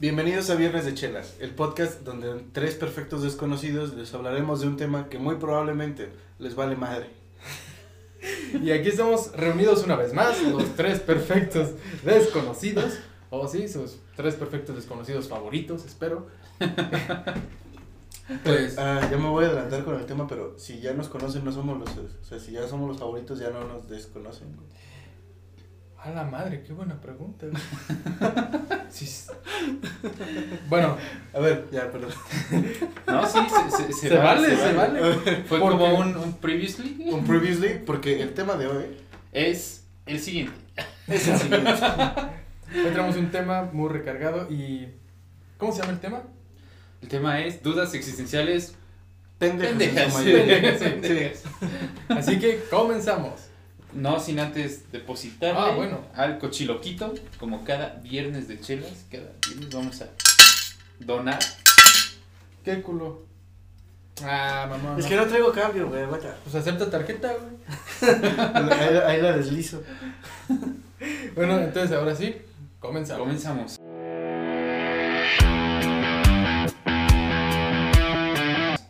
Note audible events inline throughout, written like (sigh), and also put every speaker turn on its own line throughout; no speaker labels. Bienvenidos a Viernes de Chelas, el podcast donde en tres perfectos desconocidos les hablaremos de un tema que muy probablemente les vale madre.
Y aquí estamos reunidos una vez más, los tres perfectos desconocidos, o sí, sus tres perfectos desconocidos favoritos, espero.
Pues, ah, ya me voy a adelantar con el tema, pero si ya nos conocen, no somos los. O sea, si ya somos los favoritos, ya no nos desconocen. güey.
A la madre, qué buena pregunta. güey. Sí, s- Bueno,
A ver, ya,
(laughs)
perdón.
No, sí, se, se, se
Se
vale,
vale,
se vale. Fue
Porque-
como un, un previously.
Un previously, porque el tema de hoy
Es el siguiente.
es el siguiente.
hoy traemos un tema muy recargado y... ¿Cómo se llama el tema?
El tema es dudas existenciales.
Pendejas. en
Pendejas.
su mayoría.
sí,
pendejas.
Así que comenzamos.
No sin antes depositarle
Ah, bueno.
al cochiloquito, como cada viernes de chelas, cada viernes vamos a donar.
¿Qué culo? Ah, mamá.
(laughs) Es
no.
que no traigo cambio, güey, vaya.
Pues acepta tarjeta, güey.
Ahí, la- ahí la deslizo.
Bueno, entonces ahora sí, comenzamos.
Comenzamos.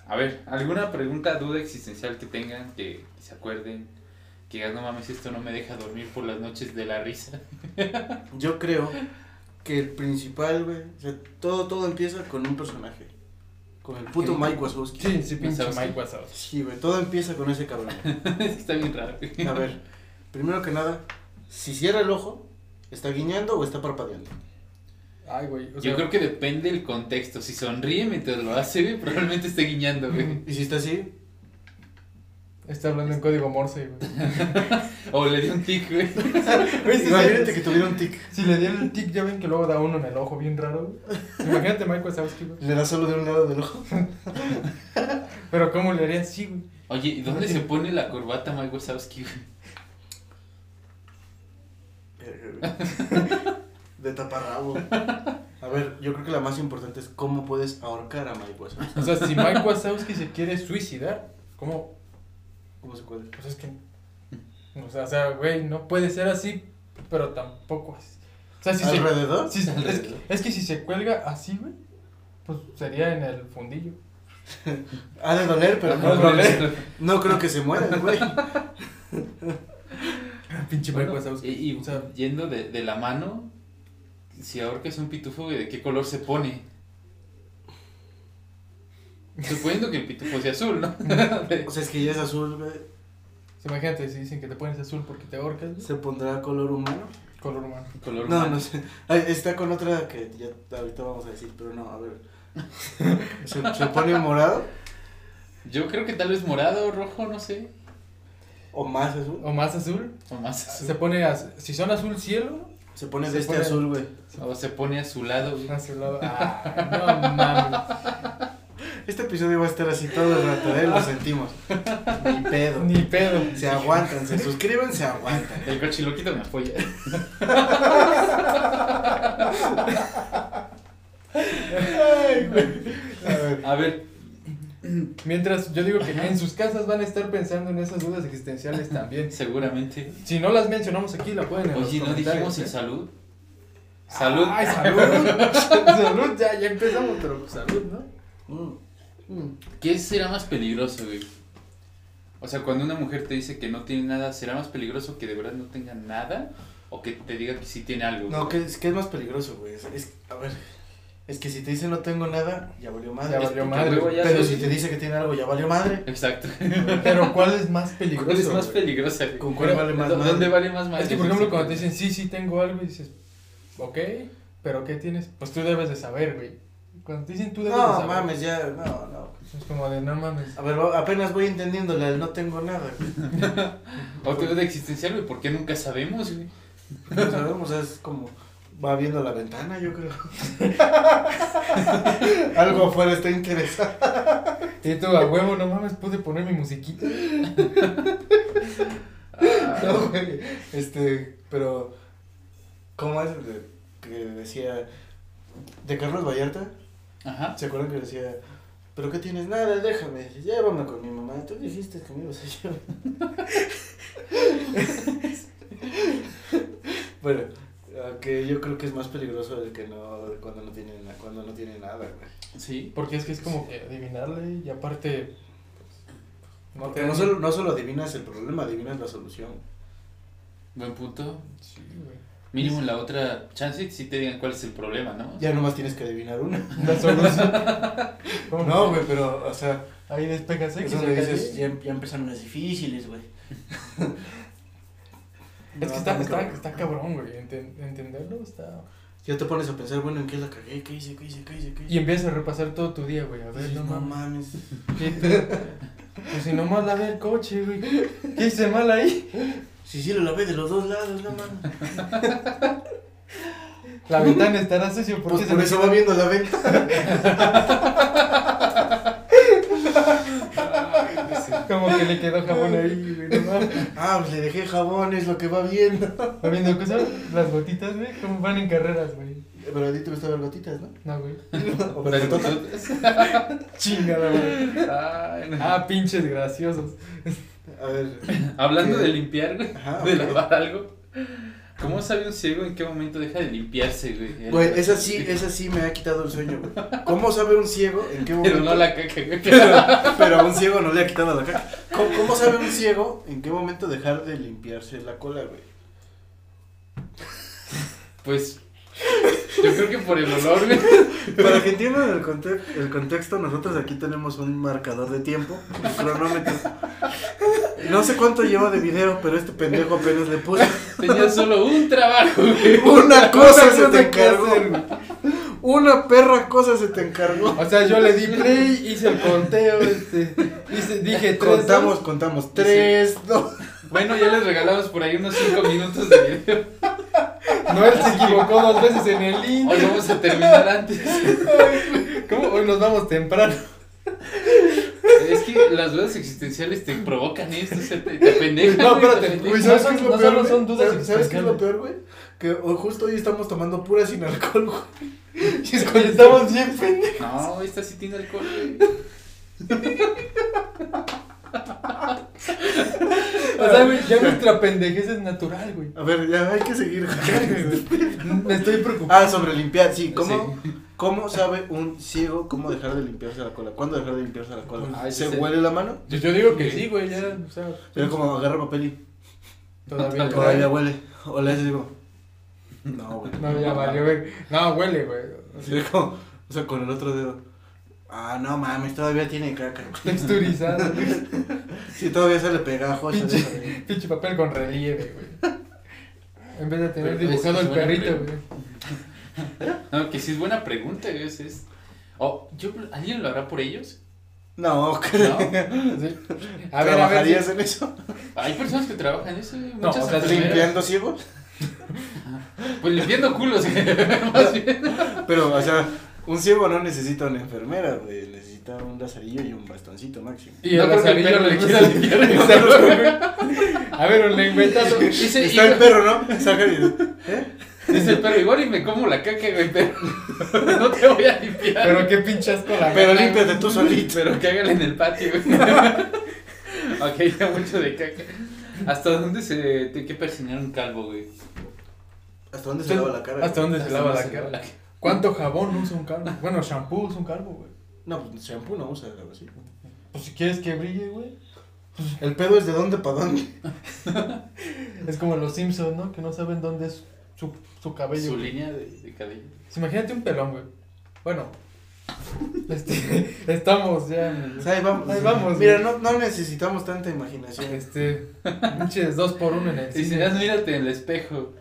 A ver, ¿alguna pregunta, duda existencial que tengan, que se acuerden? Que digas, no mames, esto no me deja dormir por las noches de la risa. (laughs)
Yo creo que el principal, güey, o sea, todo, todo empieza con un personaje. Con el puto Mike Wazowski.
Sí, sí, pinche
Wazowski.
Mike Wazowski.
Sí, güey, todo empieza con ese cabrón.
Está bien raro.
A (laughs) ver, primero que nada, si cierra el ojo, ¿está guiñando o está parpadeando?
Ay, güey. o sea,
Yo creo que depende del contexto. Si sonríe mientras lo hace, güey, probablemente esté guiñando, güey.
Y si está así,
Está hablando en código Morse, güey.
O le dio un tic, güey.
sí,
imagínate
sí.
que tuviera un tic.
Si le dieron el tic, ya ven que luego da uno en el ojo, bien raro, güey. Imagínate Mike Wazowski, güey.
Le da solo de un lado del (laughs) ojo.
Pero ¿cómo le haría así, güey?
Oye, ¿y dónde se pone la corbata Mike Wazowski, güey?
De taparrabo. A ver, yo creo que la más importante es cómo puedes ahorcar a Mike Wazowski.
O sea, si Mike Wazowski se quiere suicidar, ¿cómo?
¿Cómo se puede?
Pues es que... O sea, o sea, güey, no puede ser así, pero tampoco así. O sea, si se...
¿Alrededor?
si- es, que, es que si se cuelga así, güey, pues sería en el fundillo.
Ha de doler,
Ah,
pero no,
Ajá,
creo,
doler.
no creo que se muera, güey.
Pinche
Bueno,
Mike Wazowski.
y, y,
o sea,
yendo de, de la mano, si ahorcas un pitufo, güey, ¿de qué color se pone? Suponiendo que el pitufo sea
(laughs)
azul, ¿no?
O sea, es que ya es azul, güey.
imagínate si dicen que te pones azul porque te ahorcas, güey.
¿Se pondrá color humano?
Color humano.
color
No,
humano.
no sé. Ay, Está con otra que ya ahorita vamos a decir, pero no, a
(laughs)
ver. ¿Se, se pone morado
Yo creo que tal vez morado o rojo, no sé.
o más azul?
O más azul.
O más azul.
Se pone... az- Si son azul cielo,
Se pone
Se
de este
pone-
azul, güey.
O se pone azulado,
(laughs)
güey.
azulado. Ah, no mames.
Este episodio va a estar así todo el rato,
(laughs)
¿eh? Lo sentimos. Ni pedo.
Ni pedo.
Se aguantan, se suscriben, se aguantan.
El cochiloquito me apoya. A ver,
Mientras yo digo que en sus casas van a estar pensando en esas dudas existenciales también.
seguramente.
Si no las mencionamos aquí, la pueden en los
Oye, ¿no
comentarios,
dijimos el
¿eh?
salud? Salud.
Ay, salud. (laughs) salud, ya, ya empezamos, pero pues, salud, ¿no?
Mm, mm.
¿Qué será más peligroso, güey? O sea, cuando una mujer te dice que no tiene nada, ¿será más peligroso que de verdad no tenga nada? ¿O que te diga que sí tiene algo?
No, que es, que es más peligroso, güey. Es, es- a ver, es que si te dice no tengo nada, ya valió madre.
Ya
Es
valió
porque,
madre.
güey, ya
Pero
soy-
si te dice que tiene algo, ya valió madre.
Exacto.
Pero ¿cuál es más peligroso?
¿Cuál es más
güey?
peligrosa, güey?
¿Con cuál
Pero,
vale más
¿Dó-
madre?
¿Dónde vale más madre?
Es que, por ejemplo, cuando te dicen, sí, sí, tengo algo, y dices, ok, pero ¿qué tienes? Pues tú debes de saber, güey. Cuando te dicen, tú debes de
No,
saber.
mames, ya, no, no.
Es como de, no mames.
A ver, va- apenas voy entendiéndole al no tengo nada, güey.
O te duda existencial, güey, ¿por qué nunca sabemos, güey?
No sabemos, es como va viendo la ventana, yo creo. (laughs) Algo afuera está interesante.
Y tú, a huevo, no mames, pude poner mi musiquita.
No, güey. Este, pero ¿cómo es el de- que decía de Carlos Vallarta?
Ajá.
¿Se acuerdan que decía, "¿Pero qué tienes? Nada, déjame, llévame con mi mamá. Tú dijiste que me ibas a llevar." (laughs) bueno, ah, que yo creo que es más peligroso el que no, cuando no tiene, na- cuando no tiene nada, güey.
Sí.
Porque es que es como que adivinarle y aparte. pues, No
Porque no solo, no solo adivinas el problema, adivinas la solución.
Buen punto.
Sí, güey.
Mínimo en la otra chance sí te digan cuál es el problema, ¿no?
Ya nomás tienes que adivinar una.
La solución.
(laughs) No, güey, pero, o sea,
Ahí despegas
es
X.
donde
acá
dices,
Y.
ya, em- ya empezaron las difíciles, güey.
Es que está,
No,
está,
cabrón.
está cabrón, güey. enten- entenderlo está.
Ya te pones a pensar, bueno, ¿en qué la cagué? ¿Qué hice? ¿Qué hice? ¿Qué hice? ¿Qué hice?
Y empiezas a repasar todo tu día, güey. A ver,
Dices,
no mames.
mames.
¿Qué pe- Pues si nomás la ve el coche, güey. ¿Qué hice mal ahí?
Si sí lo lavé de los dos lados, no
(laughs)
mames.
La ventana estará sucia porque
Pues por eso va viendo la venta. (laughs)
Como que le quedó jabón ahí, güey.
(laughs)
No mames.
Ah, pues le dejé jabón, es lo que va viendo. (laughs)
Va viendo cosas, las gotitas, güey, como van en carreras, güey.
Pero a ti te gusta ver gotitas,
(laughs)
¿no?
No, güey.
O
Las
pelototas.
(laughs)
gototas.
Chingada, güey.
Ay, no.
Ah, pinches graciosos.
A
(laughs)
ver.
Hablando
¿Qué?
de limpiar, güey,
Ajá,
de
ok.
lavar algo. ¿Cómo sabe un ciego en qué momento deja de limpiarse, güey?
Güey, esa
(laughs)
sí, esa sí me ha quitado el sueño, güey. ¿Cómo sabe un ciego en qué momento?
Pero no la caca, güey.
(laughs) Pero a un ciego no le ha quitado la caca. ¿Cómo, cómo sabe un ciego en qué momento dejar de limpiarse la cola, güey?
Pues yo creo que por el olor, güey.
Para que entiendan el, conte- el contexto, nosotros aquí tenemos un marcador de tiempo, un cronómetro. No sé cuánto lleva de video, pero este pendejo apenas le puso.
Tenía solo un trabajo, güey.
(laughs) Una cosa se
cosa que
te encargó.
hacer,
Una perra cosa se te encargó.
O sea, yo le di play, hice el conteo, este. Hice, (laughs) dije tres.
Contamos, contamos. Tres, dos.
Bueno, ya les regalamos por ahí unos 5 minutos de video.
No, él se equivocó dos veces en el
Hoy
link.
vamos a terminar antes.
¿Cómo? Hoy nos vamos (laughs) temprano.
Es que las dudas existenciales te provocan esto, o sea, te, te pendejan.
No,
güey, te
espérate,
pendejan.
güey, ¿sabes qué es lo peor, güey?
¿Sabes, ¿Sabes qué es lo peor, güey? Que hoy- justo hoy estamos tomando pura sin alcohol, güey. Y es cuando estamos
(laughs)
bien pendejos.
No, esta sí tiene alcohol, güey.
O sea, güey, ya nuestra pendejez es natural, güey.
A ver, ya hay que
(laughs)
seguir. (laughs)
Me estoy preocupando.
ah, sobre limpiar, sí. ¿Cómo, ¿Cómo sabe un ciego cómo dejar de limpiarse la cola? ¿Cuándo dejar de limpiarse la cola?
Ah,
Ay,
¿Se
sí, sí.
huele la mano?
Yo, yo digo que sí, güey, ya, o sea,
Pero como agarra papel y
(laughs) todavía.
todavía huele. O le haces
(laughs)
digo. No, güey.
No, ya valió, güey. No, huele, güey.
Sí, como, o sea, con el otro dedo. Ah, no mames, todavía tiene caca. (laughs)
Texturizado. (laughs)
Sí, todavía sale pegajosa. de esa, güey.
Pinche papel con relieve, güey. En vez de tener
Pero es-
dibujado
es
el
buena
perrito,
pre-
güey.
No, que sí es buena pregunta, güey. Es, es- Oh, yo, ¿Alguien lo hará por ellos?
No,
No.
Sí. A ver, a ver.
¿Trabajarías
sí.
en eso?
Hay personas que trabajan eso, güey.
No,
Muchas
o sea,
enfermeras.
¿Limpiando ciegos?
Pues limpiando culos, (laughs) güey, más bien.
Pero, o sea, un ciego no necesita una enfermera, güey. Necesita un lazarillo y un bastoncito máximo.
Y
No
a
creo que el
Lazarillo
perro
le
le
quiera
guste.
limpiar el cerebro, (laughs) güey. A ver, un lengüetazo.
Dice,
Está el
"Hijo",
perro, ¿no? Saca y... (laughs) ¿Eh?
dice el perro, igual y me como la caca, güey, pero (laughs) no te voy a limpiar.
Pero qué pinche asco la
Pero
gana,
límpiate tú solito.
Pero que hagan en el patio, güey. (laughs) ok, ya mucho de caca. ¿Hasta dónde se tiene que persignar un calvo, güey?
¿Hasta dónde se
güey.
lava la cara?
¿Hasta
güey?
dónde se
¿Hasta
lava
dónde
la
se lava
cara?
la cara?
¿Cuánto jabón usa un calvo? Bueno, shampoo usa un calvo, güey.
No, pues shampoo no usa, algo así.
Pues si quieres que brille, güey.
El pedo es de dónde para dónde.
Es como los Simpsons, ¿no? Que no saben dónde es su, su cabello.
Su
güey.
línea de, de cabello.
Pues imagínate un pelón, güey. Bueno. Este, (laughs) estamos ya. en
O sea,
el-
Pues ahí vamos.
Ahí vamos,
Mira,
güey.
no, no necesitamos tanta imaginación.
Este. Pinches dos por uno en el
Dice,
cine.
"Haz, mírate en el espejo.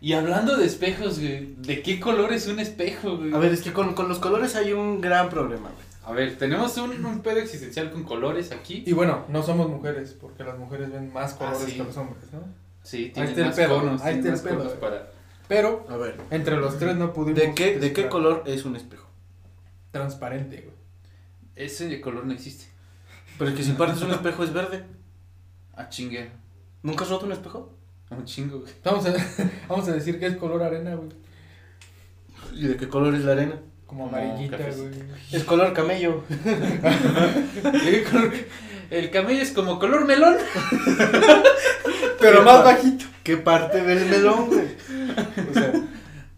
Y hablando de espejos, güey, ¿de qué color es un espejo, güey?
A ver, es que con, con los colores hay un gran problema, güey.
A ver, tenemos un, un pedo existencial con colores aquí.
Y bueno, no somos mujeres, porque las mujeres ven más colores
sí.
que los hombres, ¿no?
Sí,
Ahí
tienen
está el
más
pedo,
conos,
ahí
tienen
está el
más
pedo,
conos
güey.
para...
Pero
A ver,
entre los tres no pudimos.
¿de qué, de qué
descifrar.
color es un espejo?
Transparente, güey.
Ese color no existe.
Pero es que si partes un espejo es verde.
Ah, chingue.
¿Nunca has roto un espejo?
Un
(laughs)
chingo, güey.
Vamos a, vamos a decir que es color arena, güey.
¿Y de qué color es la arena?
Como
Como
amarillita,
cafés.
güey.
Es color camello.
¿De qué color? El camello es como color melón.
Pero más
bajito.
(laughs) ¿Qué parte del melón, güey? O sea,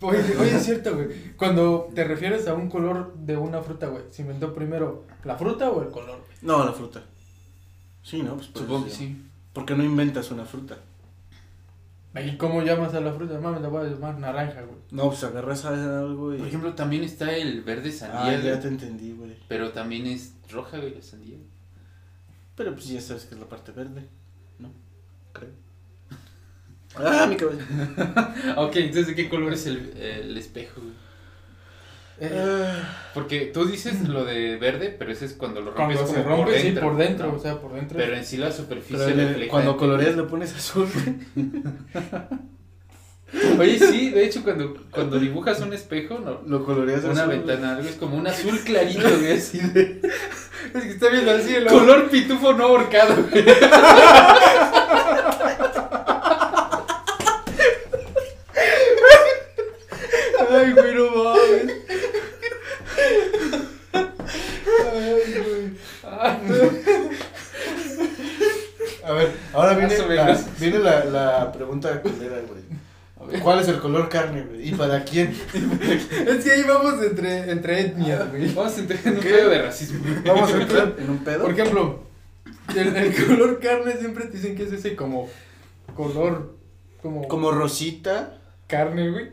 Oye, oye, es cierto, güey. Cuando te refieres a un color de una fruta, güey, ¿se inventó primero la fruta o el color? güey?
No, la fruta. Sí, ¿no? Pues por eso
Supongo que
se llama.
sí.
Porque no inventas una fruta.
¿Y cómo llamas a la fruta? Mames, la voy a llamar naranja, güey.
No, pues agarras a- algo y.
Por ejemplo, también está el verde
ah,
sandía,
ya
güey,
te entendí, güey.
pero también es roja, güey, la sandía.
Pero pues ya sabes que es la parte verde, ¿no? Creo. Ah, mi cabeza.
Ok, entonces, ¿de qué color es el, el espejo, güey?
Eh,
Ah,
Porque tú dices lo de verde, pero ese es cuando lo rompes
cuando se
como
rompe,
por
sí,
dentro.
por dentro,
¿no?
o sea, por dentro.
Pero en sí la
pero
superficie
le-
refleja.
cuando coloreas le pones azul.
Oye, sí, de hecho, cuando, cuando dibujas un espejo, no,
(laughs) Lo coloreas
una
azul.
ventana, algo es como un azul clarito,
(laughs)
güey, así de.
Es que está viendo al cielo.
Color pitufo no ahorcado, güey.
Ay, güey, no mames. Ay, güey.
A ver, ahora viene,
Más o
la,
menos.
viene la, la pregunta culera, güey. ¿Cuál es el color carne, güey? ¿Y para quién?
Es que ahí vamos entre, entre etnias, (laughs) güey.
Vamos a entrar en un
¿Qué?
pedo de racismo. güey.
Vamos a entrar (laughs) en un pedo.
Por ejemplo, el, el color carne siempre te dicen que es ese como color, como,
Como rosita.
carne, güey.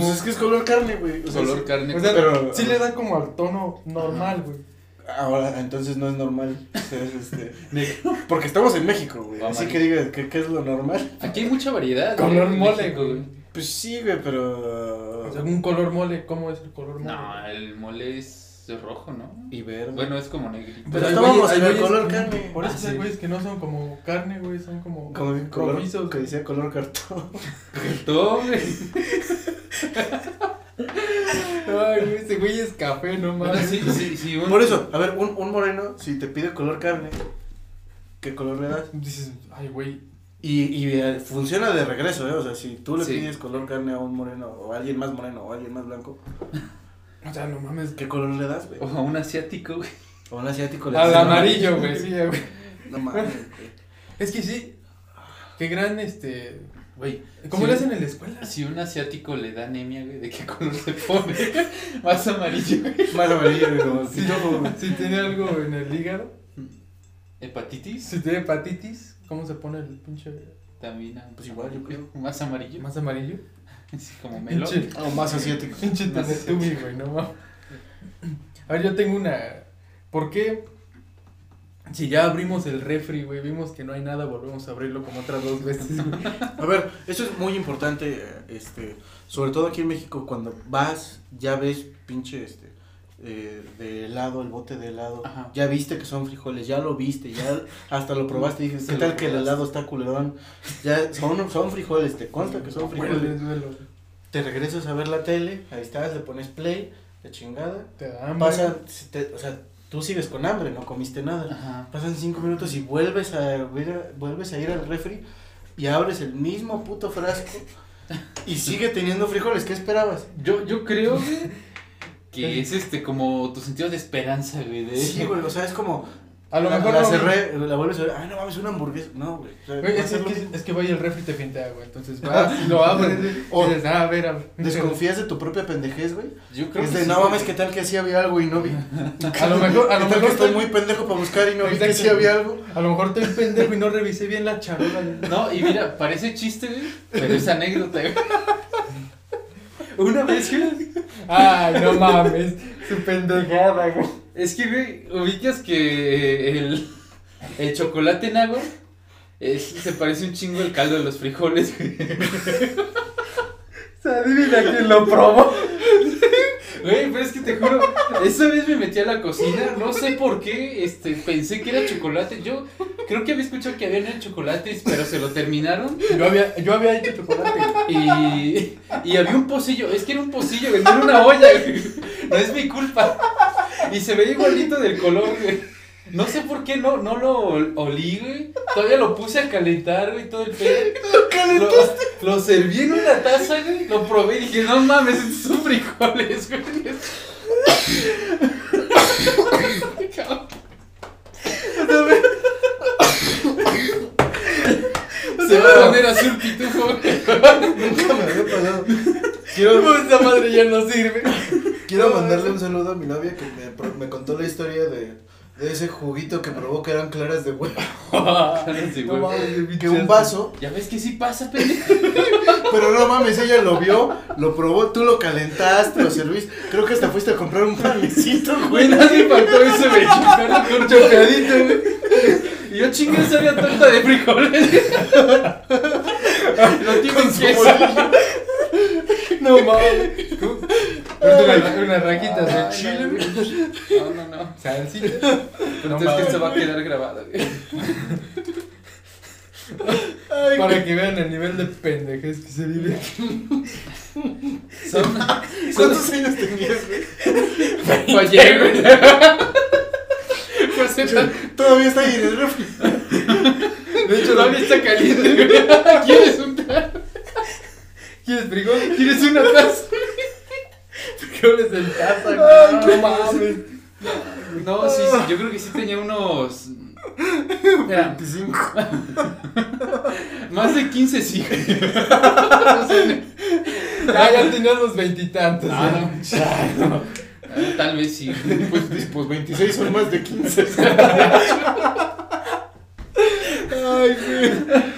Como pues, es que es color carne, güey.
Pues
O sea,
Color
sí.
carne.
o sea,
pero-
sí le da como al tono normal, güey.
Ahora, entonces no es normal. O sea, es, este,
negro.
porque estamos en México, güey.
Vamos.
Así que diga, ¿qué, qué es lo normal?
Aquí hay mucha variedad.
Color
güey, en
mole,
México,
güey.
Pues sí, güey,
O
pero.
sea, un color mole, ¿cómo es el color mole? Pues
No, eh, el mole es rojo, ¿no?
Y verde.
Bueno, es como negrito.
Pero
hay
estábamos
güeyes-
en
hay
Pues el
güeyes-
color carne.
Por eso
Ah,
hay
sí.
güeyes que no son como carne, güey, son como,
como el color
rojizos.
que decía color
(laughs)
cartón.
Todo, güey.
Ay, güey, ese güey es café, no
Bueno,
mames.
sí, sí, sí, un-
Por eso, a ver, un, un moreno, si te pide color carne, ¿qué color le das?
Dices, ay, güey,
Y, y eh, funciona de regreso, ¿eh? O sea, si tú le
Sí.
pides color carne a un moreno o a alguien más moreno o a alguien más blanco,
o sea, no mames.
¿qué color le das, güey?
O a Oh, un asiático, güey.
O a un asiático le das.
Al
el (laughs)
amarillo, güey, sí, güey.
No mames, güey.
Es que sí, qué gran, este,
Güey.
¿Cómo
Sí.
le hacen en la escuela?
Si un asiático le da anemia, güey, ¿de qué color se pone? (laughs) Más amarillo, güey.
Más amarillo, güey, como
Si, si tiene algo en el hígado,
¿Hepatitis?
si tiene hepatitis, ¿cómo se pone el pinche
También. ah,
Pues igual, yo creo.
Más amarillo.
más amarillo?
(laughs) Así (laughs) como melón.
Pinche,
O más asiático.
pinche
No sé.
teletubby, güey, no mames. A ver, yo tengo una. ¿Por qué? Si ya abrimos el refri, güey, vimos que no hay nada, volvemos a abrirlo como otras dos veces, güey.
A ver, eso es muy importante, eh, este, sobre todo aquí en México, cuando vas, ya ves pinche, este, eh, de helado, el bote de helado,
Ajá.
ya viste que son frijoles, ya lo viste, ya hasta lo probaste y
(laughs)
dices, ¿qué
Se lo
tal que el
probaste.
helado está culerón? Ya son, son frijoles, te consta que son frijoles.
Hueles, duelo.
Te regresas a ver la tele, ahí estás, le pones play, la chingada.
Te da hambre.
Pasa, si te- o sea, tú sigues con hambre, no comiste nada.
Ajá.
Pasan cinco minutos y vuelves a, ver a- vuelves a ir al refri y abres el mismo puto frasco y sigue teniendo frijoles. ¿Qué esperabas?
Yo, yo creo, güey, que es este como tu sentido de esperanza, güey. De
Sí, güey, o sea, es como.
A lo
la-
mejor
la,
no, güey.
cerré, la vuelves a ver. Ay, no mames, una hamburguesa. No, güey. o sea,
Güey,
va a
es,
ser lo Ah.
que,
mismo.
es que vaya el refri y te pintea, güey. Entonces vas,
(laughs)
lo abres.
O-
y dices, ah, a ver, a ver.
Desconfías de tu propia pendejez, güey.
Yo creo
Es
que
de,
sí,
no
güey.
mames, ¿qué tal que sí había algo y no vi?
(laughs) A lo mejor, a
¿Qué
lo
tal que
mejor.
estoy
te-
muy pendejo para buscar y no vi que
Exacto.
sí había algo?
A lo mejor estoy pendejo y no revisé bien la charola. güey.
No, y mira, parece chiste, güey, pero es anécdota, güey. Una vez, güey.
Ay, no mames. Su pendejada, güey.
Es que, güey, ubicas que el, el chocolate en agua es- se parece un chingo al caldo de los frijoles, güey.
O sea, adivina quién lo probó.
Güey, pero es que te juro, esa vez me metí a la cocina, no sé por qué, este, pensé que era chocolate. Yo creo que había escuchado que habían hecho chocolates, pero se lo terminaron.
Yo había, yo había hecho chocolate.
Y, y había un pocillo, es que era un pocillo, güey, no era una olla, güey. No es mi culpa. Y se veía igualito del color, güey. No sé por qué no, no lo ol- olí, güey. Todavía lo puse a calentar, güey, todo el pedo. Lo, lo serví en una taza, güey. Lo probé y dije, no mames, estos son frijoles, güey. Se va a poner azul pitufo, güey.
Nunca me había pasado. Quiero,
Esta madre ya no
(laughs)
sirve.
quiero mandarle un saludo a mi novia que me, pro- me contó la historia de, de ese juguito que probó que eran claras de
(laughs)
huevo.
Sí,
No
güey.
mames,
Que un vaso,
Ya ves que sí pasa, pendejo.
pero no mames, ella lo vio, lo probó, tú lo calentaste, lo serviste. Creo que hasta fuiste a comprar un panecito,
Güey,
güey.
nadie faltó ese me chocaron con chocadito, güey. Y yo chingué sabía torta de frijoles. No tienen queso.
No mames. Tú- Una, una raquita de chile, güey.
No, no, no.
Salsita.
Pero es que esto va a quedar grabado, güey.
Ay,
Para que vean el nivel de pendejez que se vive. aquí.
Son. son-
¿Cuántos años tenías, güey?
Fue ayer, güey. Fue hace tan-
Todavía está ahí en el refri.
De hecho,
Todavía
David,
está caliente, (laughs) güey. ¿Quieres un tazo?
¿quieres frijol?
¿Quieres una taza?
Frijoles en taza,
Ay,
güey. No mames.
No, sí, sí, yo creo que sí tenía unos. Mira,
25.
más de 15 sí.
Ah, ya tenías los veintitantos.
Ah,
¿eh?
no. (laughs) Ah, Tal vez sí. Pues, pues 20.
26 son más de 15. Ay, güey.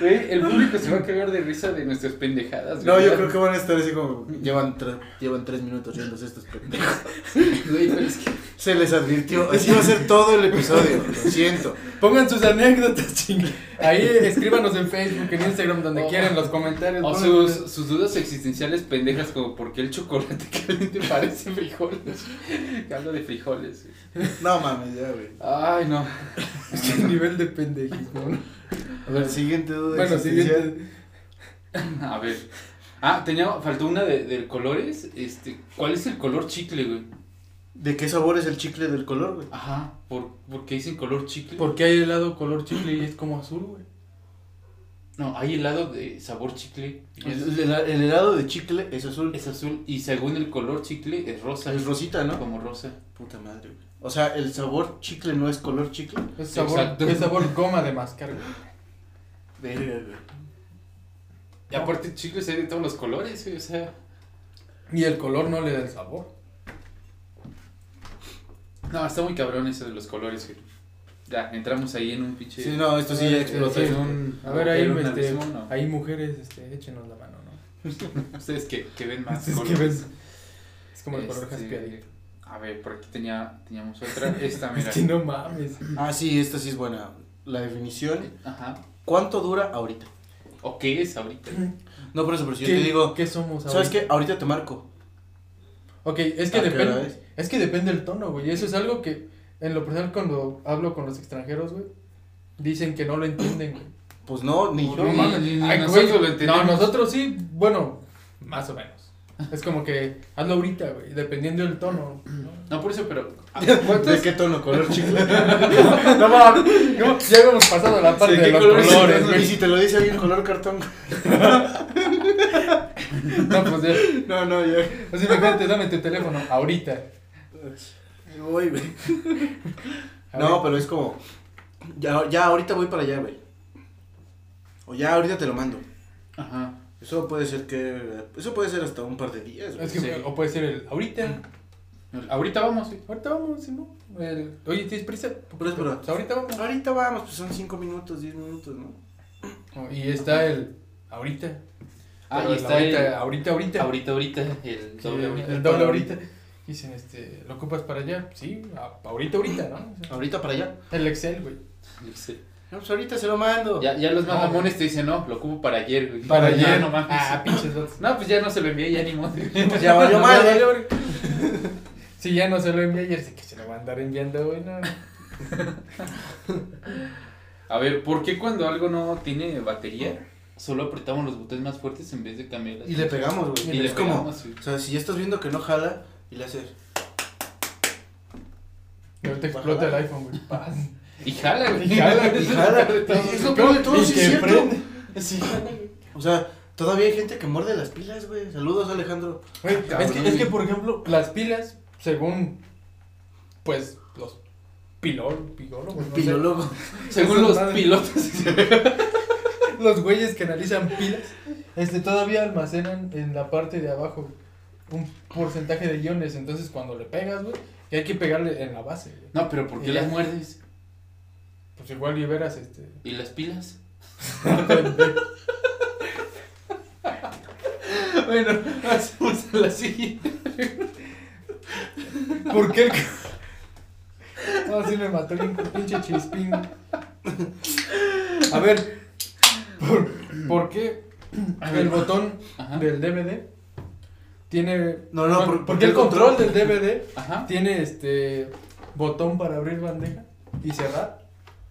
Güey, el público se va a cagar de risa de nuestras pendejadas.
No,
güey.
yo creo que van a estar así como. Llevan, tre- llevan 3 minutos yendo estos pendejos.
Güey, pero es que.
Se les advirtió. Así va a ser todo el episodio. Lo siento.
Pongan sus anécdotas, chingue. Ahí escríbanos en Facebook, en Instagram, donde
O-
quieran, los comentarios.
O
pongan-
sus, sus dudas existenciales pendejas, como por qué el chocolate (laughs) caliente parece frijoles. Que (laughs) hablo de frijoles. güey.
No mames, ya, güey.
Ay, no.
Qué nivel de pendejismo. ¿no?
A ver, siguiente duda.
Bueno,
existencial.
siguiente.
A ver. Ah, tenía, faltó una de, de colores. Este, ¿cuál es el color chicle, güey?
¿De qué sabor es el chicle del color, güey?
Ajá, ¿por, por qué dicen color chicle?
¿Por qué hay helado color chicle y es como azul, güey?
No, hay helado de sabor chicle. Es,
El, el- el helado de chicle es azul.
es azul y según el color chicle es rosa.
Es rosita, ¿no?
Como rosa.
Puta madre, güey. O sea, el sabor chicle no es color chicle.
Es sabor,
Exacto.
es sabor goma de mascar, güey.
Verga, güey.
Y aparte chicles hay de todos los colores, güey, o sea.
Y el color no le da el sabor.
No, está muy cabrón eso de los colores, güey. Ya, entramos ahí en un pinche.
Sí, no, esto sí
Eh,
ya
eh,
explotó.
sí.
en un-
A ver, ahí,
en un
este,
abismo, no.
ahí mujeres, este, échenos la mano, ¿no?
Ustedes que, que ven más
(laughs) Es que
colores.
ves. Es como el color
Este,
jaspeadito.
A ver, por aquí tenía, teníamos
(laughs)
otra. Esta, mira.
Es que no mames.
Ah, sí, esta sí es buena. La definición.
Ajá.
¿Cuánto dura ahorita?
¿O qué es ahorita?
No, por eso, pero si
¿Qué-
yo te digo,
¿Qué somos
¿sabes
ahorita?
qué? Ahorita te marco.
Ok, es que
¿A qué
depende.
hora
Es?
es?
que depende el tono, güey. Eso es algo que, en lo personal, cuando hablo con los extranjeros, güey, dicen que no lo entienden, güey.
Pues no, ni yo.
No, mames, ni- ni nosotros
güey,
lo entendemos.
No, nosotros sí, bueno, más o menos. Es como que hazlo ahorita, güey, dependiendo del tono. ¿no? (laughs)
No, por eso, pero.
¿De qué tono? ¿Color (laughs) chicle?
No, mames, no, ya habíamos pasado la parte
¿De
de
qué
los
colores
colores,
estás,
y
güey.
si te lo dice alguien color cartón.
No, pues ya.
No, no, ya.
Así imagínate, dame tu teléfono, ahorita.
Voy, güey.
A
No,
ver,
pero es como. Ya, ya ahorita voy para allá, güey. O ya ahorita te lo mando.
Ajá.
Eso puede ser que. Eso puede ser hasta un par de días, güey.
Es que,
sí.
o puede ser el ahorita.
Ahorita vamos, güey.
Ahorita vamos, si no. El, Oye, ¿tienes prisa?
Pero es verdad.
Pues ahorita vamos.
Ahorita vamos, pues son 5 minutos, 10 minutos, ¿no?
Oh, Y está el ahorita.
Ah,
Pero
y
el
está
ahorita,
el.
ahorita, ahorita.
Ahorita, ahorita. El
Sí,
doble ahorita.
El doble ahorita. Dicen, este, ¿lo ocupas para allá? Sí, a- ahorita, ahorita, ¿no? O sea,
Ahorita para allá.
El Excel, güey.
Yo sé.
No, pues ahorita se lo mando.
Ya, ya los
No,
mamones te dicen, no, lo ocupo para ayer, güey. (laughs)
Para
No,
ayer.
No, mames.
Ah, pinches dos.
(laughs) No, pues ya no se lo envié, ya
(laughs)
ni modo.
Ya valió madre.
Si ya no se lo envía ayer, sé que se lo va a andar enviando, güey, no.
A ver, ¿por qué cuando algo no tiene batería, solo apretamos los botones más fuertes en vez de cambiar las-
Y le pegamos, güey.
Y le
es como.
pegamos, güey.
O sea, si ya estás viendo que no jala y le haces.
Y ahorita explota el iPhone, güey. Paz.
(laughs) Y jala, güey.
(laughs) Y jala,
y jala. Es lo peor de todo,
Y
sí
que
es cierto.
prende.
Sí, jala, güey.
O sea, todavía hay gente que muerde las pilas, güey. Saludos, Alejandro.
Güey,
Cabrón,
es, que, es que, por ejemplo, las pilas, según, pues, los pilol, pilólogos, no sé.
Pilólogo.
Según los
Madre.
pilotos.
Los güeyes que analizan pilas, este, todavía almacenan en la parte de abajo un porcentaje de iones. Entonces, cuando le pegas, güey, y hay que pegarle en la base, güey.
No, pero ¿por qué
Y ya.
las muerdes?
Pues igual liberas este.
¿Y las pilas? bueno, pasemos a la siguiente.
¿Por qué el.? (laughs) c- No, sí me mató bien con pinche chispín. A ver, ¿por, por qué
A
el
ver. Ah.
botón
Ajá.
del DVD tiene.
No, no,
por,
por-
¿por
porque
qué el
el control-
control del DVD
Ajá.
tiene este botón para abrir bandeja y cerrar?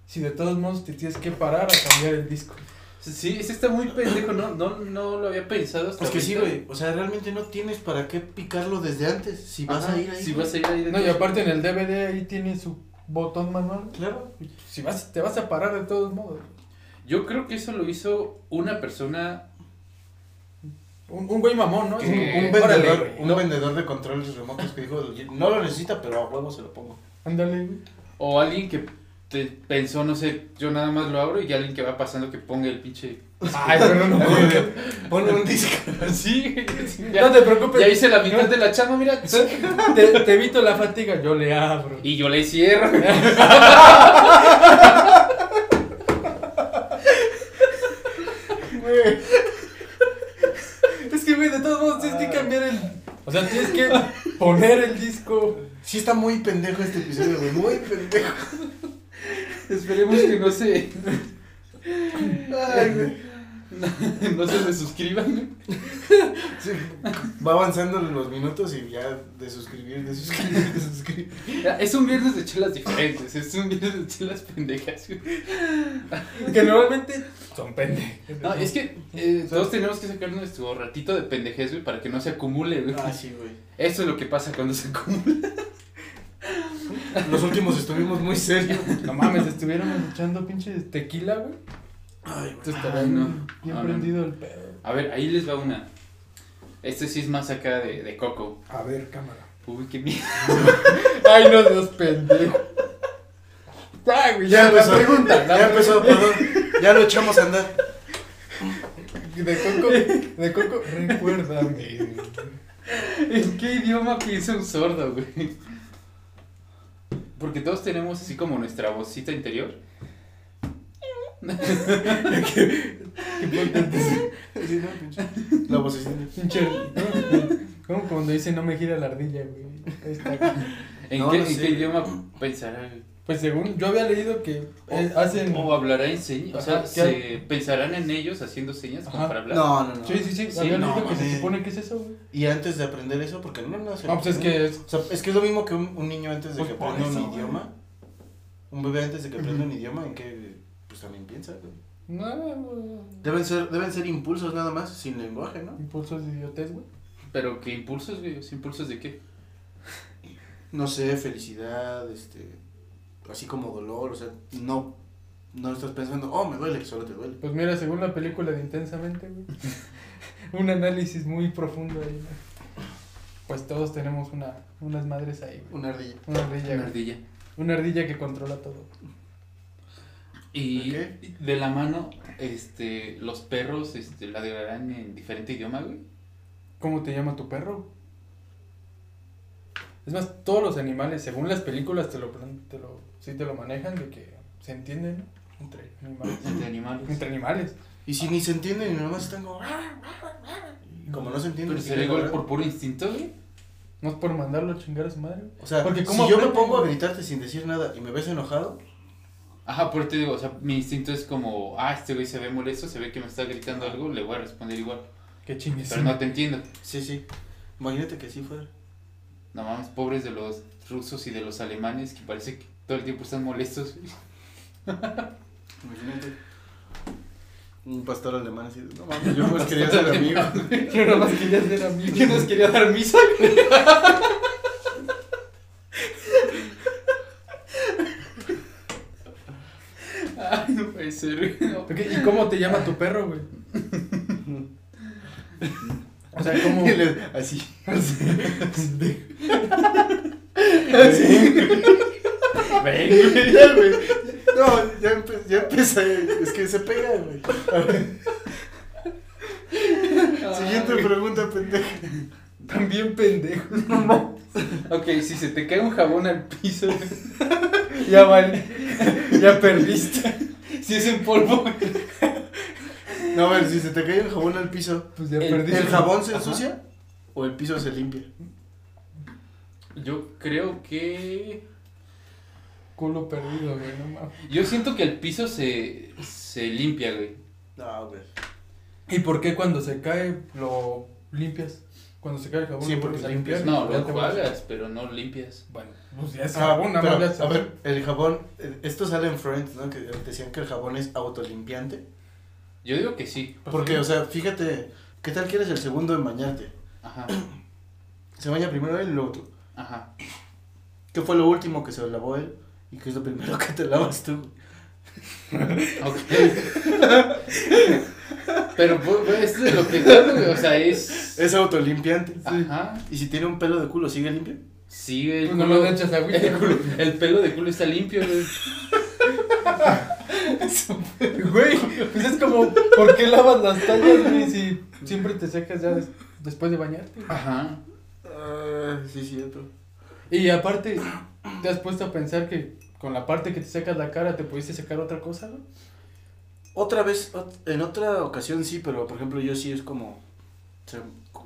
Si de todos modos te tienes que parar a cambiar el disco.
Sí, ese está muy pendejo, no, no, no lo había pensado hasta
Es que sí,
ahorita.
güey. O sea, realmente no tienes para qué picarlo desde antes. Si vas
Ajá,
a ir ahí.
Si vas a ir ahí. de
No, y
todo.
aparte en el DVD ahí tiene su botón manual.
Claro.
Si vas, te vas a parar de todos modos.
Yo creo que eso lo hizo una persona.
Un, un güey mamón, ¿no?
Un,
Es
un
como, órale,
vendedor,
güey.
un vendedor de controles remotos que dijo, no lo necesita, pero a huevo se lo pongo.
Ándale, güey.
O alguien que te pensó, no sé, yo nada más lo abro y alguien que va pasando que ponga el pinche. (laughs)
Ay, pero no,
(laughs) Ponle un disco.
Sí,
No
ya,
te
ya
preocupes.
hice la mitad de la chamba,
(laughs)
mira.
Te, te evito la fatiga. Yo le abro.
Y yo le cierro.
Güey. Es que, güey, de todos modos tienes que cambiar el. O sea, tienes que poner el disco.
Sí está muy pendejo este episodio, güey. Muy pendejo.
Esperemos que no se. No, (laughs) no se me suscriban.
Sí, va avanzando en los minutos y ya de suscribir, de suscribir, de suscribir.
Es un viernes de chelas diferentes. Es un viernes de chelas pendejas. güey.
Que normalmente son pendejos.
No, es que eh, todos tenemos que sacar nuestro ratito de pendejez, güey, para que no se acumule, güey.
Ah,
sí, güey.
Eso es lo que pasa cuando se acumula.
Los últimos estuvimos muy serios.
No mames, estuvieron echando pinche tequila, güey.
Ay, güey.
Entonces estaban
no.
bien
No, no,
prendido el pedo.
A ver, ahí les va una. Este sí es más acá de, de Coco.
A ver, cámara.
Uy, qué miedo.
Ay, no seas pendejo. Ya, güey,
Ya
ya, la
empezó.
pregunta. la
Ya empezó, perdón. Ya lo echamos a andar.
De Coco, de Coco, recuérdame.
¿En qué idioma piensa un sordo, güey? Porque todos tenemos así como nuestra vocita interior.
Sí, no, pinche. La vocecita.
Pinche. Como cuando dice no me gira la ardilla, güey. Ahí está, güey.
¿En,
No,
qué,
no
en
sé.
qué idioma pensará? güey?
Pues según, yo había leído que
Oh,
eh, hacen.
¿O hablará en señas? O sea,
Ajá,
se pensarán en ellos haciendo señas como
Ajá.
para hablar.
No, no, no.
Sí, sí, sí.
Sí,
había
no,
leído que se
mames.
supone que es eso, güey.
Y antes de aprender eso, porque no, no sé.
No, pues es que es-
O sea, es que es lo mismo que un, un niño antes de
Pues
que
por
aprenda un
eso, güey.
idioma. Un bebé antes de que aprenda
Ujú.
un idioma, en que pues también piensa, güey.
No,
Deben ser, deben ser impulsos nada más, sin lenguaje, ¿no?
impulsos de idiotez, güey.
Pero ¿qué impulsos, güey? ¿Los ¿Impulsos de qué?
No sé, felicidad, este, así como dolor, o sea, no, no estás pensando, oh, me duele, solo te duele.
Pues mira, según la película de Intensamente, güey. (laughs) un análisis muy profundo ahí, güey. Pues todos tenemos una, unas madres ahí, güey.
Una ardilla.
Una ardilla,
Una
güey.
ardilla.
Una ardilla que controla todo.
Y
Ok.
de la mano, este, los perros este, ladrarán en diferente idioma, güey.
¿Cómo te llama tu perro? Es más, todos los animales, según las películas, te lo, plan- te lo, sí te lo manejan de que se entienden ¿no? entre animales.
Entre animales.
entre animales.
Y si ni se entienden y nada más están como, "Ah, y como no se entienden.
Pero
ni
será
siquiera
igual
hablan.
por puro instinto, güey.
No es por mandarlo a chingar a su madre.
O sea,
Porque
si
¿cómo
yo me
aprenden?
pongo a gritarte sin decir nada y me ves enojado,
Ajá, por eso te digo, o sea, mi instinto es como, ah, este güey se ve molesto, se ve que me está gritando algo, le voy a responder igual.
Que chingues.
Pero no te entiendo.
sí, sí, imagínate que así fuera.
No mames, pobres de los rusos y de los alemanes que parece que todo el tiempo están (laughs) molestos.
Imagínate. Un pastor alemán así, de, no mames, yo pues quería ser amigo. (laughs)
(laughs) Yo nada más quería ser amigo.
¿Quién nos quería dar misa? Ay, no puede ser. güey, no.
Ok, ¿Y cómo te llama tu perro, güey? o sea, ¿cómo?
(laughs) Y le- así.
(laughs)
Ven, güey.
Ya, güey. No, ya, empe- ya empecé. Es que se pega, güey. A ver, Siguiente pregunta, pendeja.
También pendejo.
Ok, si se te cae un jabón al (laughs) piso,
Ya vale. Ya perdiste.
si es en polvo,
No, a ver, si se te cae el jabón al piso,
Pues ya
El-
perdiste.
¿el jabón se
Ajá.
ensucia o el piso se limpia?
yo creo que.
Culo perdido, güey. No mames.
Yo siento que el piso se, se limpia, güey.
No, güey.
¿Y por qué cuando se cae lo limpias? Cuando se cae el jabón
Sí,
lo
porque
vuelves a
limpias.
limpiar y
pues, No,
ya
lo
te vuelves-
enjuagas, pero no limpias.
Bueno, pues ya es
Ah,
jabón, nada
pero,
más ya se-
a ver, el jabón, eh, esto sale en Friends, ¿no? Que decían que el jabón es autolimpiante.
Pues
Yo digo que sí.
Porque, o sea, fíjate, ¿qué tal que eres el segundo en bañarte?
Ajá,
Se baña primero él y luego tú.
ajá.
¿Qué fue lo último que se lavó él? ¿Y qué es lo primero que te lavas tú?
Ok. (laughs) pero pues, güey, esto es lo que hablo, güey. O sea, es.
Es autolimpiante.
Ajá.
¿Y si tiene un pelo de culo, sigue limpio?
Sí, güey, el
Pues no
culo-
le echas agüita.
el, culo- el pelo de culo está limpio, güey.
(laughs) Güey, pues es como, ¿por qué lavas las tallas, güey, si siempre te secas ya des- después de bañarte?
Ajá.
Ah, sí, cierto.
Y aparte, (clears throat) ¿te has puesto a pensar que con la parte que te secas la cara te pudiste secar otra cosa, güey?
Otra vez, ot- en otra ocasión sí, pero por ejemplo yo sí es como... Se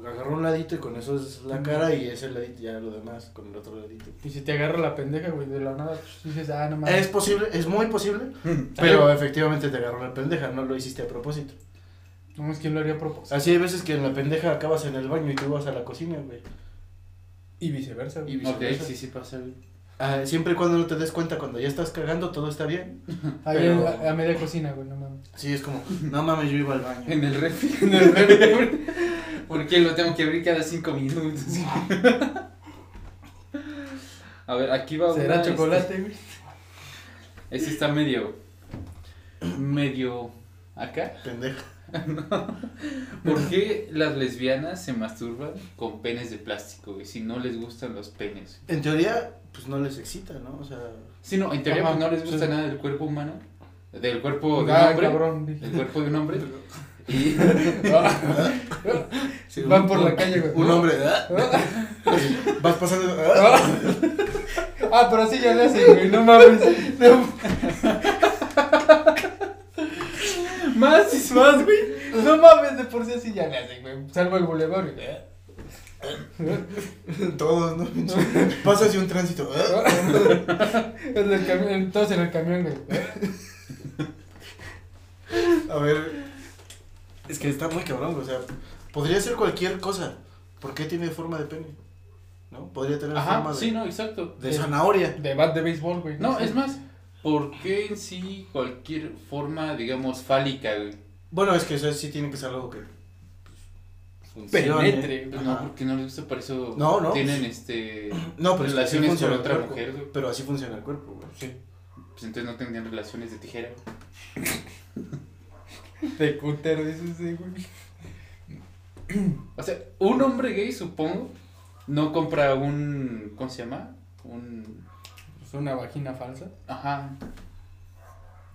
agarró un ladito y con eso es la cara y ese ladito ya lo demás con el otro ladito.
Y si te agarra la pendeja, güey, de la nada, pues, dices, ah, no
Es
mames.
posible, es muy posible,
(laughs)
pero efectivamente te agarró la pendeja, no lo hiciste a propósito.
No es quien lo haría a propósito.
Así hay veces que en la pendeja acabas en el baño y tú vas a la cocina, güey.
Y viceversa, güey.
Y
Ok,
viceversa.
sí, sí pasa, güey.
Ah, siempre y cuando no te des cuenta, cuando ya estás cagando, todo está bien.
Ahí
pero-
a, a media cocina, güey, no mames.
Sí, es como, no mames, yo iba al baño.
En el refri, (laughs) en el refri. ¿Por qué lo tengo que abrir cada cinco minutos? A ver, aquí va
¿Será
una,
chocolate, güey?
Este, este está medio. medio. acá.
Pendeja.
¿Por qué las lesbianas se masturban con penes de plástico, güey? Si no les gustan los penes.
En teoría, pues no les excita, ¿no? O sea,
Si no, en teoría
Ajá,
pues, no les gusta
sí.
nada del cuerpo humano. Del cuerpo de un
Ah,
hombre.
cabrón,
El
dije.
cuerpo de
(laughs)
un hombre. Y.
(laughs) sí,
(laughs) Van
un-
por la calle, güey.
Un hombre, ¿verdad? (laughs) Vas pasando. ¿ah?
(laughs) Ah, pero así ya le hacen, güey, no mames. No,
Más
es más, güey. No mames, de por sí así ya le hacen, güey. Salvo el bulevar, ¿eh? güey.
Todos, ¿no? Pasas y un tránsito. ¿ah?
En el camión, todos en el camión, güey.
A ver. Es que está muy cabrón, güey, o sea, podría ser cualquier cosa. ¿Por qué tiene forma de pene? ¿No? Podría tener forma
Ajá,
de,
sí, no, exacto.
de zanahoria.
De bat de béisbol, güey.
No, es más, ¿por qué en sí cualquier forma, digamos, fálica, güey?
Bueno, es que eso sí tiene que ser algo que pues,
Penetre,
Ajá.
Pues No, porque no les gusta, por eso
No, no.
tienen este
(clears throat) No, pero es que así
relaciones con
funciona el
otra
cuerpo.
mujer, güey.
Pero así funciona el cuerpo, güey.
Sí.
Pues entonces no tendrían relaciones de tijera. güey.
De cúter, dices, sí, güey.
O sea, un hombre gay, supongo, no compra un. ¿Cómo se llama? Un.
Es una vagina falsa.
Ajá.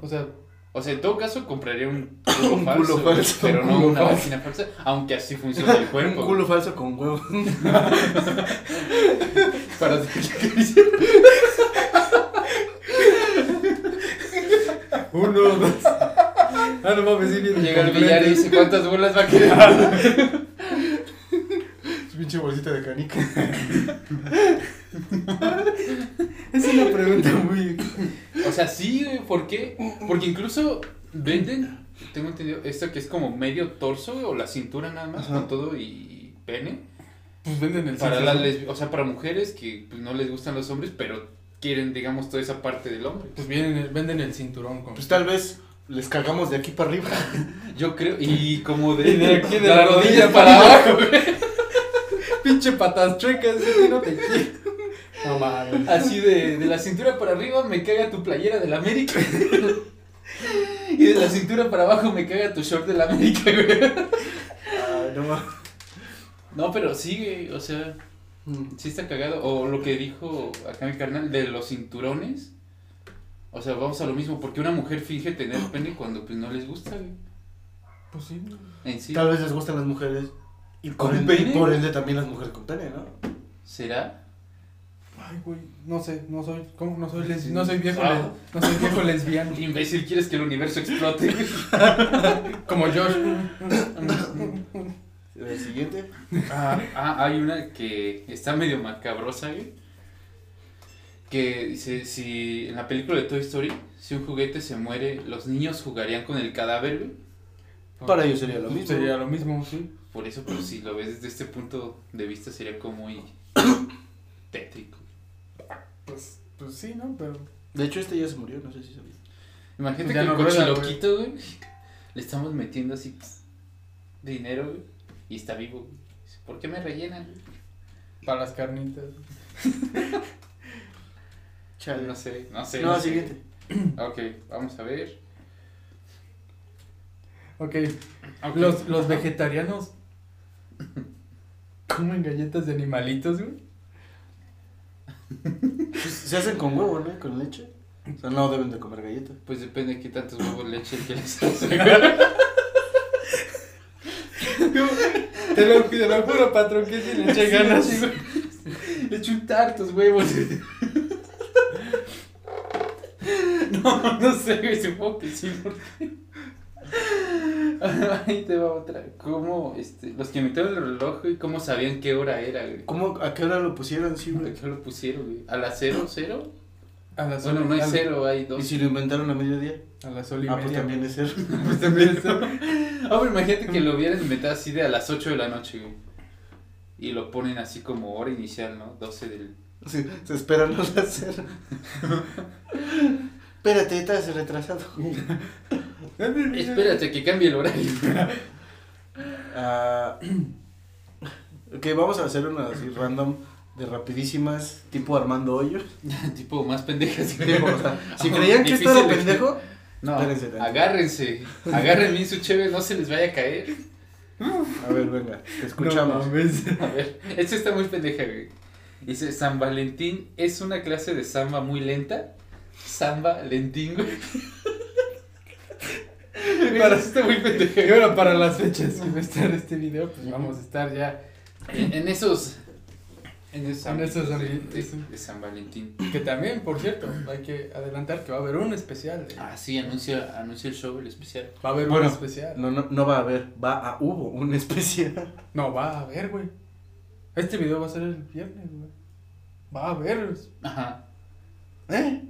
O sea,
O sea, en todo caso
(clears throat)
compraría un culo,
Un
falso,
culo
güey,
falso,
pero
un
no
culo
una
falso.
vagina falsa, aunque así funciona
(laughs)
el cuerpo.
Un
güey.
culo falso con huevo.
Para
uno, dos. Ah, no mames, sí, viene.
Llega el billar y dice, ¿cuántas bolas va a quedar?
Es pinche bolsita de canica.
Es una pregunta muy.
O sea, sí, güey, ¿por qué? Porque incluso venden, tengo entendido, esto que es como medio torso güey, o la cintura nada más,
Ajá.
con todo y pene.
Pues venden el
Para
sexo,
las
¿no?
lesbi- o sea, para mujeres que pues, no les gustan los hombres, pero quieren, digamos, toda esa parte del hombre.
Pues vienen, el- venden el cinturón con.
Pues tal vez les cagamos de aquí para arriba.
Yo creo, y como (laughs) de,
Y de aquí de la rodilla
abajo, güey.
Pinche patas chuecas, güey, no te quiero. No mames.
Así de, de la cintura para arriba me caga tu playera del América. Y de la cintura para abajo me caga tu short del América, güey.
Ay, no mames.
No, pero sigue, o sea,
Mm.
sí está cagado. O lo que dijo acá mi carnal de los cinturones. O sea, vamos a lo mismo, porque una mujer finge tener pene cuando pues no les gusta, güey.
Pues sí.
En sí.
Tal vez les gustan las mujeres. Y por,
¿Con
ende,
pene?
por ende también las mujeres con pene, ¿no?
¿Será?
Ay, güey, no sé, no soy, ¿cómo? No soy, les-
Sí.
no soy viejo,
Ah.
le- no soy viejo lesbiano.
¿Qué imbécil quieres que el universo explote? güey?
Como Josh.
El siguiente.
Ah, ah, hay una que está medio macabrosa, güey. Que dice, si en la película de Toy Story, si un juguete se muere, los niños jugarían con el cadáver, güey.
Para ellos sería lo mismo.
Sería lo mismo, sí.
Por eso, pero si lo ves desde este punto de vista, sería como muy (coughs) tétrico.
Pues, pues sí, ¿no? Pero.
De hecho, este ya se murió, no sé si sabía.
Imagínate
Ya
que
no
el
rueda,
cochiloquito, güey, le estamos metiendo así pss, dinero, güey, y está vivo, güey. Dice, ¿Por qué me rellenan?
Para las carnitas.
Chale.
No sé, no sé.
No,
sé.
siguiente.
Ok, vamos a ver.
Ok.
Ok.
Los, los vegetarianos. ¿Comen galletas de animalitos, güey?
Pues, se hacen con huevo, ¿no? Con leche. O sea, no deben de comer galletas.
Pues depende de qué tantos huevos le echen que les (laughs) hace.
Te lo, te lo juro, patrón, que si le eché ganas,
Sí,
güey.
güey. Le echo un tartos huevos. (laughs) No, no sé, güey, supongo que sí. porque- (laughs) Ahí te va otra. ¿Cómo, este, los que imitaron el reloj, güey, cómo sabían qué hora era, güey?
¿Cómo, ¿A qué hora lo pusieron? Sí,
¿A
güey.
qué hora lo pusieron, güey? ¿A las cero, cero?
A las
Bueno,
ole-
no hay
al-
cero, hay
¿Y
dos.
si lo inventaron a mediodía?
A las sol y
Ah,
media.
pues también es cero.
güey. Pues también es cero.
(laughs) Ah, pero imagínate que lo hubieran inventado así de a las 8 de la noche, güey. Y lo ponen así como hora inicial, ¿no? 12 del...
(laughs) Sí, se esperan a las cero. (laughs) Espérate, estás retrasado.
Espérate que cambie el horario.
(laughs)
(laughs)
Ah, ok, vamos a hacer una así random de rapidísimas, tipo Armando Hoyos.
tipo, más pendejas. güey.
Tipo, o sea, (laughs) si creían que esto era
Difícil.
pendejo,
No,
Espérense tantito.
agárrense. Agárrenme bien su cheve, no se les vaya a caer.
a ver, venga, te
Escuchamos.
escuchamos.
(laughs)
A ver, esto está muy pendeja, güey. Dice, San Valentín es una clase de samba muy lenta. Samba lentín, güey. (laughs) Güey,
Para-
esto está muy pendeja.
Y bueno, para las fechas que va a estar este video, pues vamos a estar ya.
En, en esos... En esos,
En esos
ámbitos de-
ámbitos.
de San Valentín.
Que también, por cierto, hay que adelantar que va a haber un especial. de-
Ah, sí, anuncia, anuncia el show, el especial.
Va a haber
Bueno.
un especial.
No, no, no va a haber, va a hubo un especial.
No, va a haber, güey. Este video va a ser el viernes, güey. Va a haber.
Ajá.
(laughs) ¿Eh?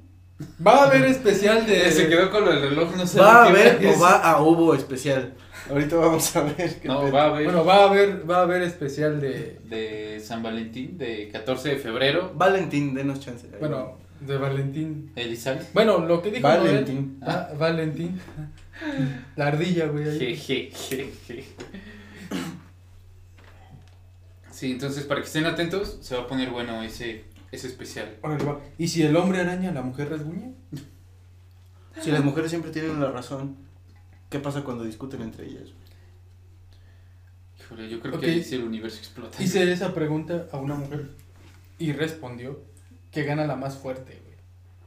Va a haber especial de.
(laughs) Se quedó con el reloj, no sé.
¿Va a
qué
haber
verga
o
es.
va a hubo especial? Ahorita vamos a ver. qué
No,
pedo.
va a haber.
Bueno, va a haber, va a haber especial de.
de San Valentín, de 14 de febrero.
Valentín, denos chance.
Bueno, de Valentín.
Elizalde.
Bueno, lo que dijo Noel-
Valentín.
Va-
(laughs)
Valentín. La ardilla, güey. ahí.
Jeje, jeje. Sí, entonces para que estén atentos, se va a poner bueno ese, ese especial.
Órale, va. ¿Y si el hombre araña a la mujer rasguña?
Si las mujeres siempre tienen la razón, ¿qué pasa cuando discuten entre ellas?
Híjole, yo creo
Ok.
que ahí sí el universo explota.
Hice esa pregunta a una mujer y respondió que gana la más fuerte, güey.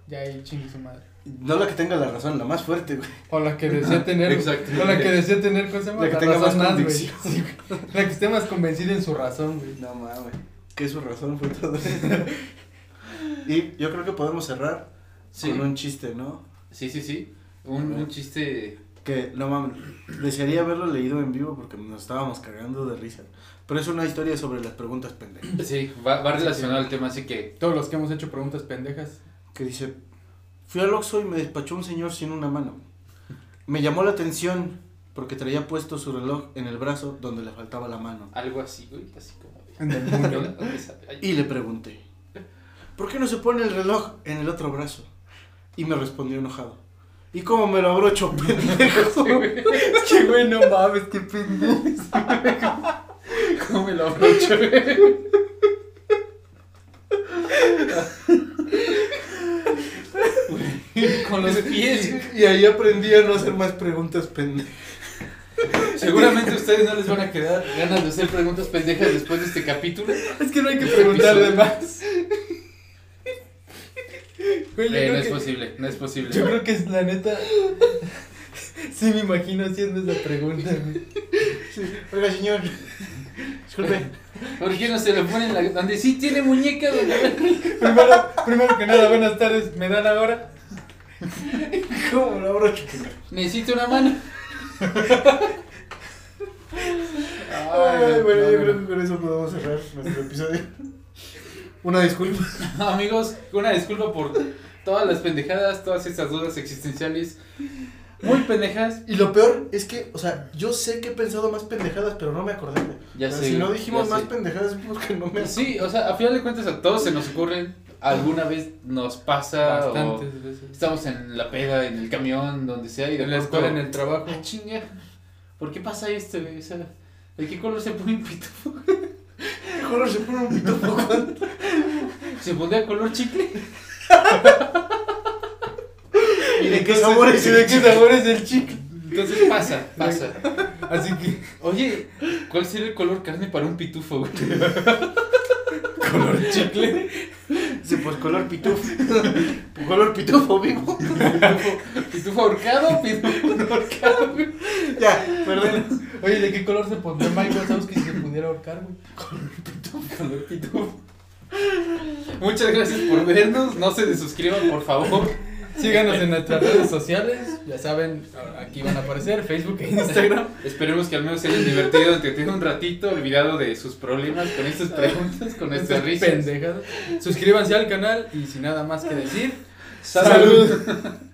Ya ahí chingue su madre.
No la que tenga la razón, la más fuerte, güey.
O la que desea tener.
Exacto.
O la que desea tener, ¿cómo se llama?
La que tenga más
razón güey.
convicción.
Sí, güey. la que esté más convencida en su razón, güey.
No mames. Que su razón fue todo. (laughs) y yo creo que podemos cerrar
Sí,
con un chiste, ¿no?
sí, sí. sí. Un, un chiste.
Que, no mames, desearía haberlo leído en vivo porque nos estábamos cagando de risa. Pero es una historia sobre las preguntas pendejas.
Sí, va, va relacionado al tema, así que.
Todos los que hemos hecho preguntas pendejas.
Que dice, fui al Oxxo y me despachó un señor sin una mano. Me llamó la atención porque traía puesto su reloj en el brazo donde le faltaba la mano.
Algo así, güey. Así como.
(laughs)
de-
En el
(laughs)
mundo.
¿Dónde sale? Ay.
Y le pregunté, ¿por qué no se pone el reloj en el otro brazo? Y me respondió enojado. ¿Y cómo me lo abrocho, (laughs) pendejo?
es que, güey, no mames, qué (laughs) pendejo.
¿Cómo me lo abrocho, güey? Con los pies, güey.
Y, y ahí aprendí
(laughs)
a no hacer más preguntas pendejas.
Seguramente a ustedes no les van a quedar ganas de hacer preguntas pendejas después de este capítulo.
Es que no hay que preguntar de más.
Eh,
Güey, yo,
no
creo
es
que,
posible, no es posible.
yo creo que es la neta. (laughs) Sí, me imagino haciendo esa pregunta, güey.
Oiga, señor. (laughs) Disculpe.
¿Por qué no se lo ponen la... donde sí tiene muñeca? güey?
Primero, primero que nada, buenas tardes. ¿Me dan ahora?
¿Cómo lo abro?
Necesito una mano.
Ay, bueno,
no,
yo
no,
creo
no.
que con eso podemos cerrar nuestro episodio. Una disculpa.
(laughs) Amigos, una disculpa por todas las pendejadas, todas esas dudas existenciales. Muy pendejas.
Y lo peor es que, o sea, yo sé que he pensado más pendejadas, pero no me acordé. güey.
Ya
O sea,
sé,
Si no
güey,
dijimos
ya
más
sé.
pendejadas es porque no me.
Sí, o sea, a final de cuentas a todos se nos ocurren. Alguna vez nos
Ah,
pasa o
Bastantes veces.
estamos en la peda, en el camión, donde sea. Y de
En la
pronto-
escuela, en el trabajo.
Ah, chinga. ¿Por qué pasa esto, güey? O sea, ¿de qué color se pone un pito? (laughs)
Mejor se pone un pito poco.
¿Se pone de color chicle?
¿Y
(laughs)
(laughs) de qué sabor es?
¿Y de qué sabor es el chicle?
Entonces pasa, pasa.
Así que,
Oye, ¿cuál sería el color carne para un
(laughs)
pitufo, güey?
color chicle.
Sí, pues color pitufo. (laughs) color pitufo vivo.
Pitufo- ¿Pitufo ahorcado? ¿Pitufo no ahorcado? güey.
(laughs) ya, perdón.
Oye, ¿de qué color se pondría Michael Wazowski si se pudiera ahorcar, güey?
Color pitufo. Muchas gracias por vernos. No se desuscriban, por favor.
Síganos en nuestras redes sociales. Ya saben, aquí van a aparecer Facebook e Instagram.
Esperemos que al menos se hayan divertido, entretenido un ratito, olvidado de sus problemas con estas preguntas, con
Nuestras
estas risas.
pendejadas. Suscríbanse al canal y sin nada más que decir.
Salud.
¡Salud!